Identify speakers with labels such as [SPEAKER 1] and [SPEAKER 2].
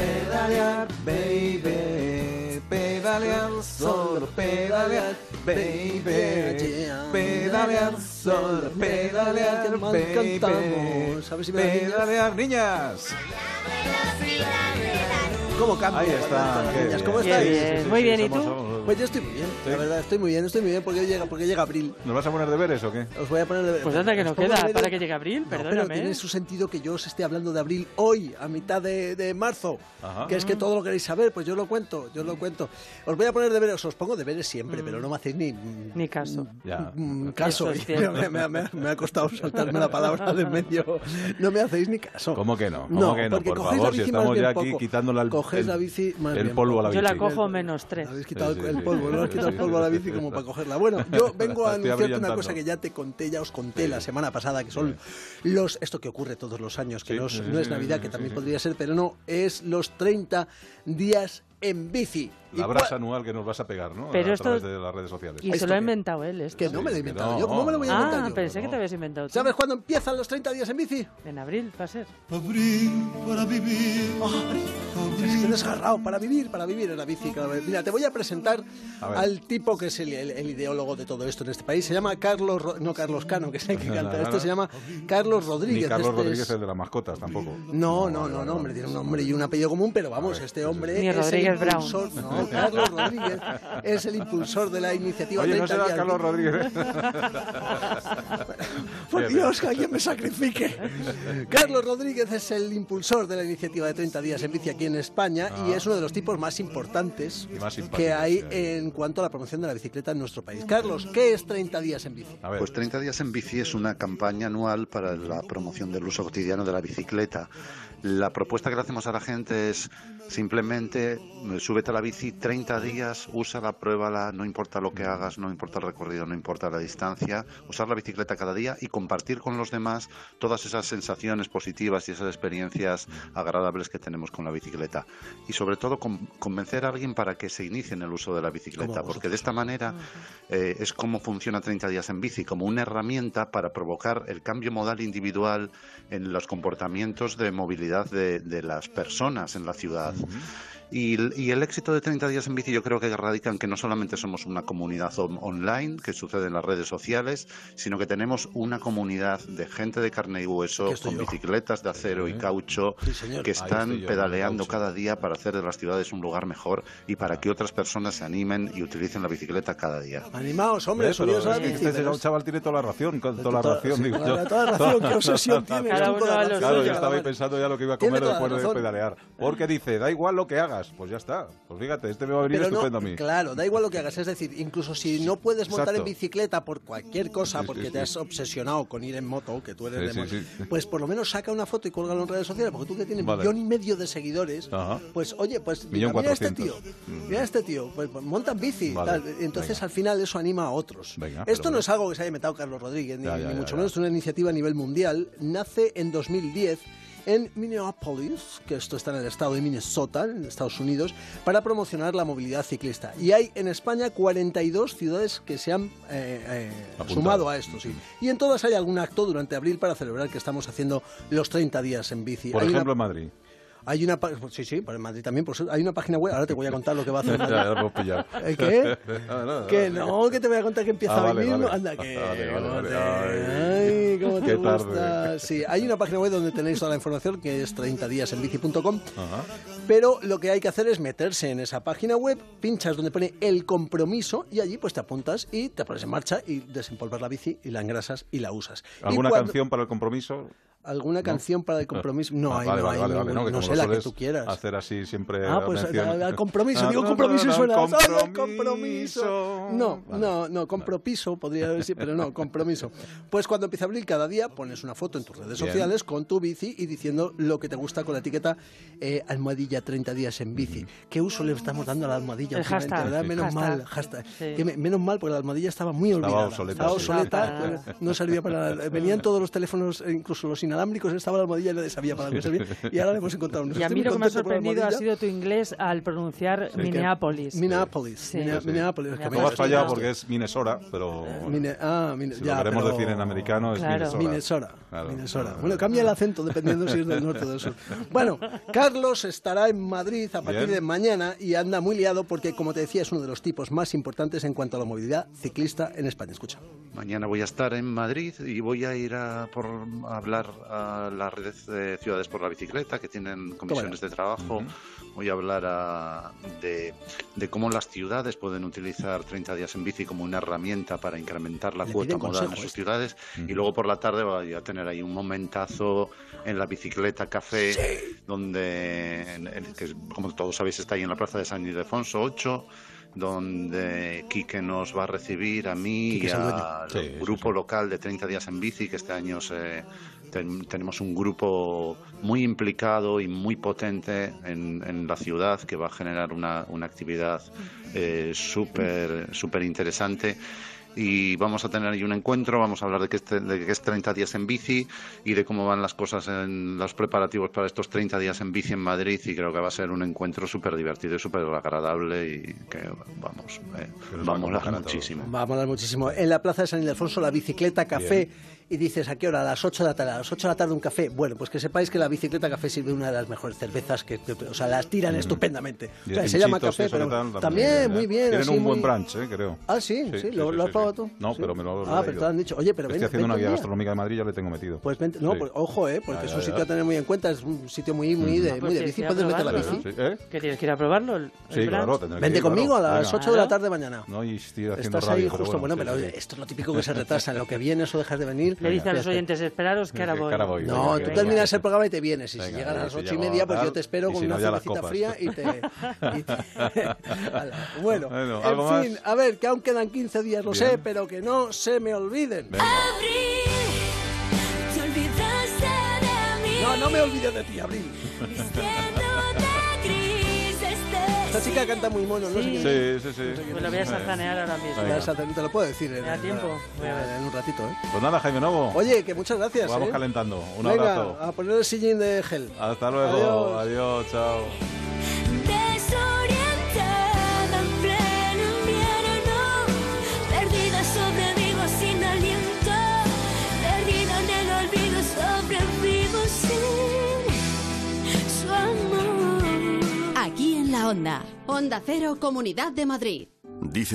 [SPEAKER 1] pedalear, baby. Pedalear, solo pedalear, baby. Pedalear, solo pedalear,
[SPEAKER 2] Hermano,
[SPEAKER 1] baby.
[SPEAKER 2] cantamos. A ver si me dan niñas.
[SPEAKER 1] Pedalear, niñas.
[SPEAKER 2] ¿Cómo cambia?
[SPEAKER 1] Ahí está,
[SPEAKER 2] Las
[SPEAKER 1] qué
[SPEAKER 2] niñas, ¿Cómo
[SPEAKER 1] bien.
[SPEAKER 2] estáis?
[SPEAKER 3] Bien, bien. Muy ¿y
[SPEAKER 1] somos-
[SPEAKER 3] tú?
[SPEAKER 1] somos-
[SPEAKER 2] Pues yo estoy muy bien, la verdad, estoy muy bien, estoy muy bien porque llega, porque llega abril.
[SPEAKER 1] ¿Nos vas a poner deberes o qué?
[SPEAKER 2] Os voy a poner de
[SPEAKER 3] Pues anda que
[SPEAKER 2] os
[SPEAKER 3] nos
[SPEAKER 2] pongo
[SPEAKER 3] queda
[SPEAKER 2] de-
[SPEAKER 3] para que llegue abril,
[SPEAKER 2] No, pero
[SPEAKER 3] perdóname. ¿eh?
[SPEAKER 2] tiene su sentido que yo os esté hablando de abril hoy, a mitad de, de marzo.
[SPEAKER 1] Ajá.
[SPEAKER 2] Que es que todo lo queréis saber, pues yo lo cuento, yo lo cuento. Os voy a poner deberes, os pongo deberes siempre, pero no me hacéis ni...
[SPEAKER 3] Mm. Ni caso.
[SPEAKER 1] Ya.
[SPEAKER 2] mm, caso,
[SPEAKER 3] Eso es
[SPEAKER 2] me,
[SPEAKER 3] cierto.
[SPEAKER 2] me- me- me ha costado saltarme la palabra de en medio. No me hacéis ni caso.
[SPEAKER 1] ¿Cómo que no? ¿Cómo
[SPEAKER 2] No,
[SPEAKER 1] que no?
[SPEAKER 2] porque
[SPEAKER 1] Por
[SPEAKER 2] cogéis la
[SPEAKER 1] favor, si
[SPEAKER 2] bici más
[SPEAKER 1] estamos
[SPEAKER 2] bien
[SPEAKER 1] ya aquí
[SPEAKER 2] poco.
[SPEAKER 1] quitándola el,
[SPEAKER 2] Cogéis la bici más
[SPEAKER 1] el
[SPEAKER 2] bien
[SPEAKER 1] polvo a la bici.
[SPEAKER 3] Yo la
[SPEAKER 2] cojo
[SPEAKER 3] cojo menos tres.
[SPEAKER 2] Habéis quitado
[SPEAKER 1] Sí, sí,
[SPEAKER 2] el
[SPEAKER 1] sí,
[SPEAKER 2] polvo,
[SPEAKER 1] sí,
[SPEAKER 2] ¿no?
[SPEAKER 1] sí,
[SPEAKER 2] Has quitado
[SPEAKER 1] sí,
[SPEAKER 2] el polvo a la
[SPEAKER 1] sí,
[SPEAKER 2] bici
[SPEAKER 1] sí,
[SPEAKER 2] como
[SPEAKER 1] sí.
[SPEAKER 2] para cogerla. Bueno, yo vengo a anunciarte
[SPEAKER 1] Estoy
[SPEAKER 2] una
[SPEAKER 1] abrillantando.
[SPEAKER 2] cosa que ya te conté, ya os conté la semana pasada, que son los. Esto que ocurre todos los años, que
[SPEAKER 1] Sí,
[SPEAKER 2] no es,
[SPEAKER 1] sí,
[SPEAKER 2] no es
[SPEAKER 1] sí,
[SPEAKER 2] Navidad,
[SPEAKER 1] sí,
[SPEAKER 2] que
[SPEAKER 1] sí,
[SPEAKER 2] también
[SPEAKER 1] sí.
[SPEAKER 2] podría ser, pero no, es los 30 días en bici. ¿Y
[SPEAKER 1] La
[SPEAKER 2] cuál-
[SPEAKER 1] brasa anual que nos vas a pegar, ¿no?
[SPEAKER 3] Pero
[SPEAKER 1] a
[SPEAKER 3] esto-
[SPEAKER 1] través de las redes sociales.
[SPEAKER 3] Y
[SPEAKER 2] ¿Esto
[SPEAKER 3] se lo ha
[SPEAKER 2] qué?
[SPEAKER 3] inventado él, esto.
[SPEAKER 2] Que no me lo he
[SPEAKER 1] Sí, que
[SPEAKER 2] inventado
[SPEAKER 1] no,
[SPEAKER 2] yo. ¿Cómo me lo voy a
[SPEAKER 1] no.
[SPEAKER 2] inventar
[SPEAKER 3] Ah,
[SPEAKER 2] yo?
[SPEAKER 3] pensé que
[SPEAKER 1] no.
[SPEAKER 3] te habías inventado tú.
[SPEAKER 2] ¿Sabes cuándo empiezan los 30 días en bici?
[SPEAKER 3] En abril va a ser.
[SPEAKER 4] Abrir para vivir.
[SPEAKER 2] Es que desgarrado, para vivir, para vivir en la bici cada vez. Mira, te voy a presentar
[SPEAKER 1] A ver.
[SPEAKER 2] al tipo que es el, el- el ideólogo de todo esto en este país. Se llama Carlos, Ro- no Carlos Cano, que es el que
[SPEAKER 1] No,
[SPEAKER 2] canta.
[SPEAKER 1] no, no,
[SPEAKER 2] Este
[SPEAKER 1] no.
[SPEAKER 2] se llama Carlos
[SPEAKER 1] Ni
[SPEAKER 2] Rodríguez.
[SPEAKER 1] Carlos
[SPEAKER 2] este
[SPEAKER 1] Rodríguez,
[SPEAKER 2] es-
[SPEAKER 1] el de las mascotas, tampoco.
[SPEAKER 2] No, no,
[SPEAKER 1] vale,
[SPEAKER 2] no,
[SPEAKER 1] vale,
[SPEAKER 2] no,
[SPEAKER 1] vale.
[SPEAKER 2] hombre, tiene un nombre y un apellido común, pero vamos, este hombre
[SPEAKER 3] Ni
[SPEAKER 2] es
[SPEAKER 3] Rodríguez
[SPEAKER 2] el
[SPEAKER 3] Brown.
[SPEAKER 2] impulsor, no, Carlos Rodríguez es el impulsor de la iniciativa
[SPEAKER 1] Oye, no
[SPEAKER 2] 30
[SPEAKER 1] será
[SPEAKER 2] días.
[SPEAKER 1] Carlos Rodríguez.
[SPEAKER 2] Por
[SPEAKER 1] Oye,
[SPEAKER 2] Dios, que alguien me sacrifique. Carlos Rodríguez es el impulsor de la iniciativa de 30 días en bici aquí en España y es uno de los tipos más importantes
[SPEAKER 1] Ah. Y más simpáticos,
[SPEAKER 2] que hay
[SPEAKER 1] sí.
[SPEAKER 2] en cuanto a la promoción de la bicicleta en nuestro país. Carlos, ¿qué es 30 días en bici?
[SPEAKER 1] A ver,
[SPEAKER 5] Pues 30 días en bici es una campaña anual para la promoción del uso cotidiano de la bicicleta. La propuesta que le hacemos a la gente es simplemente eh, súbete a la bici 30 días, úsala, pruébala, no importa lo que hagas, no importa el recorrido, no importa la distancia, usar la bicicleta cada día y compartir con los demás todas esas sensaciones positivas y esas experiencias agradables que tenemos con la bicicleta. Y sobre todo con- convencer a alguien para que se inicie en el uso de la bicicleta,
[SPEAKER 2] Como
[SPEAKER 5] porque de esta manera eh, es como funciona 30 días en bici, como una herramienta para provocar el cambio modal individual en los comportamientos de movilidad de, de las personas en la ciudad. Y, el- y el éxito de 30 días en bici yo creo que radica en que no solamente somos una comunidad on- online que sucede en las redes sociales, sino que tenemos una comunidad de gente de carne y hueso
[SPEAKER 2] Aquí estoy
[SPEAKER 5] con
[SPEAKER 2] yo. Eh.
[SPEAKER 5] bicicletas de acero y caucho
[SPEAKER 2] Sí, señor.
[SPEAKER 5] que
[SPEAKER 1] Ahí
[SPEAKER 5] están
[SPEAKER 1] estoy yo,
[SPEAKER 5] pedaleando
[SPEAKER 1] caucho.
[SPEAKER 5] cada día para hacer de las ciudades un lugar mejor y para que otras personas se animen y utilicen la bicicleta cada día.
[SPEAKER 2] Animaos, hombre,
[SPEAKER 1] hombre, pero
[SPEAKER 2] subidos a la
[SPEAKER 1] es que
[SPEAKER 2] bici.
[SPEAKER 1] este
[SPEAKER 2] pero-
[SPEAKER 1] chaval tiene toda la ración, con toda la ración, digo yo.
[SPEAKER 2] Toda la ración, qué obsesión tiene.
[SPEAKER 3] Cada uno
[SPEAKER 2] toda la
[SPEAKER 3] a lo
[SPEAKER 2] razón.
[SPEAKER 1] Claro,
[SPEAKER 3] suyo.
[SPEAKER 1] yo estaba ahí pensando ya lo que iba a
[SPEAKER 2] Tiene
[SPEAKER 1] comer
[SPEAKER 2] toda la
[SPEAKER 1] después de
[SPEAKER 2] razón.
[SPEAKER 1] pedalear. Porque dice, da igual lo que hagas. Pues ya está. Pues fíjate, este me va a venir
[SPEAKER 2] Pero no,
[SPEAKER 1] estupendo a mí.
[SPEAKER 2] Claro, da igual lo que hagas. Es decir, incluso si no puedes montar en
[SPEAKER 1] Exacto.
[SPEAKER 2] bicicleta por cualquier cosa,
[SPEAKER 1] Sí,
[SPEAKER 2] porque
[SPEAKER 1] sí,
[SPEAKER 2] te
[SPEAKER 1] sí.
[SPEAKER 2] has obsesionado con ir en moto, que tú eres
[SPEAKER 1] Sí,
[SPEAKER 2] de
[SPEAKER 1] sí,
[SPEAKER 2] moto,
[SPEAKER 1] sí.
[SPEAKER 2] pues por lo menos saca una foto y cuélgalo en redes sociales, porque tú que tienes
[SPEAKER 1] Vale.
[SPEAKER 2] millón y medio de seguidores,
[SPEAKER 1] Ajá.
[SPEAKER 2] pues oye, pues
[SPEAKER 1] Millón
[SPEAKER 2] mira este tío,
[SPEAKER 1] cuatrocientos. Mm.
[SPEAKER 2] mira este tío, pues monta en bici.
[SPEAKER 1] Vale,
[SPEAKER 2] tal. Entonces
[SPEAKER 1] venga.
[SPEAKER 2] al final eso anima a otros.
[SPEAKER 1] Venga, pero
[SPEAKER 2] Esto no
[SPEAKER 1] bueno.
[SPEAKER 2] es algo que se haya inventado Carlos Rodríguez, ni,
[SPEAKER 1] Ya, ya,
[SPEAKER 2] ni
[SPEAKER 1] ya,
[SPEAKER 2] mucho
[SPEAKER 1] ya.
[SPEAKER 2] menos es una iniciativa a nivel mundial. Nace en 2010 en Minneapolis, que esto está en el estado de Minnesota, en Estados Unidos, para promocionar la movilidad ciclista. Y hay en España 42 ciudades que se han eh, eh,
[SPEAKER 1] Apuntado.
[SPEAKER 2] sumado a esto. Sí. Y en todas hay algún acto durante abril para celebrar que estamos haciendo los 30 días en bici.
[SPEAKER 1] Por
[SPEAKER 2] Hay una-
[SPEAKER 1] ejemplo, en Madrid.
[SPEAKER 2] hay una pa- sí, sí, para Madrid también, por su- hay una página web, ahora te voy a contar lo que va a hacer
[SPEAKER 1] Ya,
[SPEAKER 2] Madrid.
[SPEAKER 1] ya lo hemos pillado.
[SPEAKER 2] ¿Eh, ¿Qué?
[SPEAKER 1] Nada, nada,
[SPEAKER 2] que
[SPEAKER 1] nada.
[SPEAKER 2] no, que te voy a contar que empieza
[SPEAKER 1] Ah,
[SPEAKER 2] hoy
[SPEAKER 1] vale,
[SPEAKER 2] mismo.
[SPEAKER 1] vale.
[SPEAKER 2] Anda, que.
[SPEAKER 1] Vale, vale,
[SPEAKER 2] cómo
[SPEAKER 1] vale.
[SPEAKER 2] te-
[SPEAKER 1] Ay,
[SPEAKER 2] Ay, cómo te
[SPEAKER 1] qué tarde.
[SPEAKER 2] gusta. Sí, hay una página web donde tenéis toda la información, que es 30díasenbici.com.
[SPEAKER 1] Ajá.
[SPEAKER 2] Pero lo que hay que hacer es meterse en esa página web, pinchas donde pone el compromiso y allí pues te apuntas y te pones en marcha y desempolvas la bici y la engrasas y la usas. Y
[SPEAKER 1] ¿Alguna
[SPEAKER 2] cuando-
[SPEAKER 1] canción para el compromiso?
[SPEAKER 2] ¿Alguna canción para el compromiso? No,
[SPEAKER 1] Ah,
[SPEAKER 2] hay,
[SPEAKER 1] vale,
[SPEAKER 2] no,
[SPEAKER 1] vale,
[SPEAKER 2] hay
[SPEAKER 1] vale, vale,
[SPEAKER 2] ningún-
[SPEAKER 1] no, que
[SPEAKER 2] no
[SPEAKER 1] como
[SPEAKER 2] sé la que
[SPEAKER 1] sueles
[SPEAKER 2] tú quieras.
[SPEAKER 1] Hacer así siempre.
[SPEAKER 2] Ah,
[SPEAKER 1] la
[SPEAKER 2] pues
[SPEAKER 1] mención.
[SPEAKER 2] al compromiso,
[SPEAKER 1] Ah,
[SPEAKER 2] digo
[SPEAKER 1] no,
[SPEAKER 2] compromiso
[SPEAKER 1] no,
[SPEAKER 2] y
[SPEAKER 1] no,
[SPEAKER 2] suena.
[SPEAKER 1] compromiso.
[SPEAKER 2] ¡Ay, compromiso! No,
[SPEAKER 1] Mm, Vale.
[SPEAKER 2] no, no, compromiso podría decir, pero no, compromiso. Pues cuando empieza abril, cada día pones una foto en tus redes
[SPEAKER 1] Bien.
[SPEAKER 2] sociales con tu bici y diciendo lo que te gusta con la etiqueta eh, almohadilla 30 días en bici. ¿Qué uso le estamos dando a la almohadilla?
[SPEAKER 3] El
[SPEAKER 2] últimamente,
[SPEAKER 3] hashtag,
[SPEAKER 2] ¿verdad?
[SPEAKER 1] sí.
[SPEAKER 2] Menos
[SPEAKER 3] Hashtag.
[SPEAKER 2] mal, hashtag.
[SPEAKER 3] Sí.
[SPEAKER 2] Que me- menos mal, porque la almohadilla estaba muy
[SPEAKER 1] Estaba
[SPEAKER 2] olvidada.
[SPEAKER 1] obsoleta,
[SPEAKER 2] Estaba
[SPEAKER 1] sí.
[SPEAKER 3] Ah,
[SPEAKER 2] obsoleta,
[SPEAKER 3] Estaba para nada.
[SPEAKER 2] no servía para nada. Venían todos los teléfonos, eh, incluso los inalámbricos inalámbricos estaba la almohadilla y nadie sabía para qué servía. Y ahora la hemos encontrado.
[SPEAKER 3] Y a
[SPEAKER 2] Estoy
[SPEAKER 3] mí
[SPEAKER 2] muy
[SPEAKER 3] lo que me ha
[SPEAKER 2] contento por la
[SPEAKER 3] sorprendido ha
[SPEAKER 2] almohadilla.
[SPEAKER 3] sido tu inglés al pronunciar Minneapolis.
[SPEAKER 2] Minneapolis.
[SPEAKER 3] Sí.
[SPEAKER 2] Minne-
[SPEAKER 3] Sí, sí.
[SPEAKER 2] Minneapolis. es que
[SPEAKER 1] Todo
[SPEAKER 3] Minnesota.
[SPEAKER 1] has
[SPEAKER 2] Minnesota-
[SPEAKER 1] fallado porque es Minnesota, pero. bueno,
[SPEAKER 2] Mine- ah, Mine-
[SPEAKER 1] si
[SPEAKER 2] ya,
[SPEAKER 1] lo queremos
[SPEAKER 2] pero-
[SPEAKER 1] decir en americano es
[SPEAKER 3] Claro.
[SPEAKER 1] Minnesota.
[SPEAKER 2] Minnesota.
[SPEAKER 1] Claro.
[SPEAKER 2] Minnesota.
[SPEAKER 1] Ah,
[SPEAKER 2] Bueno, cambia el acento dependiendo si es del norte o del sur. Bueno, Carlos estará en Madrid a partir
[SPEAKER 1] Bien.
[SPEAKER 2] de mañana y anda muy liado porque, como te decía, es uno de los tipos más importantes en cuanto a la movilidad ciclista en España. Escucha.
[SPEAKER 5] Mañana voy a estar en Madrid y voy a ir a, por, a hablar a la red de ciudades por la bicicleta que tienen comisiones de trabajo. Voy a hablar a- de, de cómo las ciudades pueden utilizar 30 días en bici como una herramienta para incrementar la
[SPEAKER 2] Le
[SPEAKER 5] cuota
[SPEAKER 2] piden
[SPEAKER 5] modal en
[SPEAKER 2] consejo,
[SPEAKER 5] sus
[SPEAKER 2] este.
[SPEAKER 5] ciudades. Y luego por la tarde voy a tener ahí un momentazo en la bicicleta café, donde, en- en- que es- como todos sabéis, está ahí en la plaza de San Ildefonso 8 donde Quique nos va a recibir a mí
[SPEAKER 2] Quique
[SPEAKER 5] y
[SPEAKER 2] es el dueño.
[SPEAKER 5] a,
[SPEAKER 1] Sí, sí,
[SPEAKER 5] grupo local de 30 días en bici, que este año se- ten- tenemos un grupo muy implicado y muy potente en, en la ciudad que va a generar una, una actividad eh, súper súper interesante. Y vamos a tener ahí un encuentro, vamos a hablar de qué, es, tre- de qué es 30 días en bici y de cómo van las cosas en los preparativos para estos 30 días en bici en Madrid. Y creo que va a ser un encuentro súper divertido y súper agradable y que, vamos, eh,
[SPEAKER 1] Que nos va a
[SPEAKER 5] va a molar
[SPEAKER 1] convocar a todos.
[SPEAKER 5] muchísimo.
[SPEAKER 2] Va a molar muchísimo. En la plaza de San Ildefonso, la bicicleta café. Y dices, ¿a qué hora? A las 8 de la tarde. A las 8 de la tarde un café. Bueno, pues que sepáis que la bicicleta café sirve una de las mejores cervezas que, que- o sea, las tiran estupendamente.
[SPEAKER 1] Mm. Y
[SPEAKER 2] O
[SPEAKER 1] de
[SPEAKER 2] sea, se llama
[SPEAKER 1] pinchitos y
[SPEAKER 2] café,
[SPEAKER 1] eso
[SPEAKER 2] pero
[SPEAKER 1] que tal,
[SPEAKER 2] también muy
[SPEAKER 1] ¿eh?
[SPEAKER 2] bien.
[SPEAKER 1] Tienen
[SPEAKER 2] así
[SPEAKER 1] un buen
[SPEAKER 2] muy-
[SPEAKER 1] brunch, eh, creo.
[SPEAKER 2] Ah, sí, sí, lo, lo has
[SPEAKER 1] sí.
[SPEAKER 2] probado tú.
[SPEAKER 1] No,
[SPEAKER 2] Sí.
[SPEAKER 1] pero me lo
[SPEAKER 2] Ah, pero te lo han dicho. Oye, pero ven,
[SPEAKER 1] Estoy haciendo
[SPEAKER 2] vente
[SPEAKER 1] una
[SPEAKER 2] un
[SPEAKER 1] guía
[SPEAKER 2] día.
[SPEAKER 1] gastronómica de Madrid, ya le tengo metido.
[SPEAKER 2] Pues vente- no,
[SPEAKER 1] Sí.
[SPEAKER 2] pues, ojo, eh, porque
[SPEAKER 1] Ya,
[SPEAKER 2] es
[SPEAKER 1] ya,
[SPEAKER 2] un
[SPEAKER 1] ya.
[SPEAKER 2] sitio a tener muy en cuenta, es un sitio muy, muy de,
[SPEAKER 3] Pues
[SPEAKER 2] muy de
[SPEAKER 3] tienes
[SPEAKER 2] bici,
[SPEAKER 3] que ir a
[SPEAKER 2] puedes meter la
[SPEAKER 3] probarlo,
[SPEAKER 2] bici.
[SPEAKER 3] ¿no?
[SPEAKER 1] Sí, ¿eh?
[SPEAKER 3] Que tienes que ir a probarlo. el- el
[SPEAKER 1] Sí, claro,
[SPEAKER 3] brunch.
[SPEAKER 1] tendré que
[SPEAKER 2] Vente
[SPEAKER 1] ir,
[SPEAKER 2] conmigo
[SPEAKER 1] claro.
[SPEAKER 2] a las
[SPEAKER 1] Venga.
[SPEAKER 2] 8 de la
[SPEAKER 3] Claro.
[SPEAKER 2] tarde mañana.
[SPEAKER 1] No, y estoy haciendo
[SPEAKER 2] Estás ahí
[SPEAKER 1] radio, pero
[SPEAKER 2] justo, bueno, pero
[SPEAKER 1] sí,
[SPEAKER 2] oye,
[SPEAKER 1] sí.
[SPEAKER 2] esto es lo típico que se retrasa, en lo que vienes o dejas de venir.
[SPEAKER 3] Le dice a los
[SPEAKER 2] fíjate.
[SPEAKER 3] oyentes, esperaros que ahora
[SPEAKER 1] Sí,
[SPEAKER 3] voy.
[SPEAKER 1] que ahora voy.
[SPEAKER 2] No,
[SPEAKER 1] Venga,
[SPEAKER 2] tú
[SPEAKER 1] venga.
[SPEAKER 2] terminas el programa y te vienes. Y si
[SPEAKER 1] Venga,
[SPEAKER 2] llegas a
[SPEAKER 1] y
[SPEAKER 2] las
[SPEAKER 1] si
[SPEAKER 2] ocho y
[SPEAKER 1] llego
[SPEAKER 2] media, pues
[SPEAKER 1] tal,
[SPEAKER 2] yo te espero
[SPEAKER 1] y
[SPEAKER 2] con
[SPEAKER 1] si
[SPEAKER 2] una
[SPEAKER 1] no, ya las
[SPEAKER 2] cervecita
[SPEAKER 1] copas.
[SPEAKER 2] fría y te. y te- Ala. bueno,
[SPEAKER 1] Bueno, ¿algo
[SPEAKER 2] en
[SPEAKER 1] más?
[SPEAKER 2] fin, a ver, que aún quedan 15 días, lo sé,
[SPEAKER 1] Bien.
[SPEAKER 2] pero que no se me olviden.
[SPEAKER 1] Venga.
[SPEAKER 6] Abril, te olvidaste de mí.
[SPEAKER 2] No, no me olvides de ti, Abril.
[SPEAKER 6] Vistiéndote gris, este
[SPEAKER 2] Esta chica canta muy mono, no sé
[SPEAKER 3] Sí.
[SPEAKER 2] quién es.
[SPEAKER 1] Sí, sí, sí.
[SPEAKER 3] Pues lo voy a sazanear ahora mismo.
[SPEAKER 1] Venga.
[SPEAKER 2] Ya, Te lo puedo decir. en-
[SPEAKER 3] Me da tiempo. Voy a ver.
[SPEAKER 2] En un ratito, ¿eh?
[SPEAKER 1] Pues nada, Jaime Novo.
[SPEAKER 2] Oye, que muchas gracias.
[SPEAKER 1] vamos
[SPEAKER 2] ¿eh?
[SPEAKER 1] calentando. Un
[SPEAKER 2] Venga,
[SPEAKER 1] abrazo.
[SPEAKER 2] a poner el sillín de gel.
[SPEAKER 1] Hasta luego.
[SPEAKER 2] Adiós.
[SPEAKER 1] Adiós chao.
[SPEAKER 6] Desorientada en pleno invierno, perdida sobre amigos sin aliento, perdida en el olvido sobre vivos sin su amor.
[SPEAKER 7] Aquí en la Onda. Onda Cero, Comunidad de Madrid.
[SPEAKER 8] Dice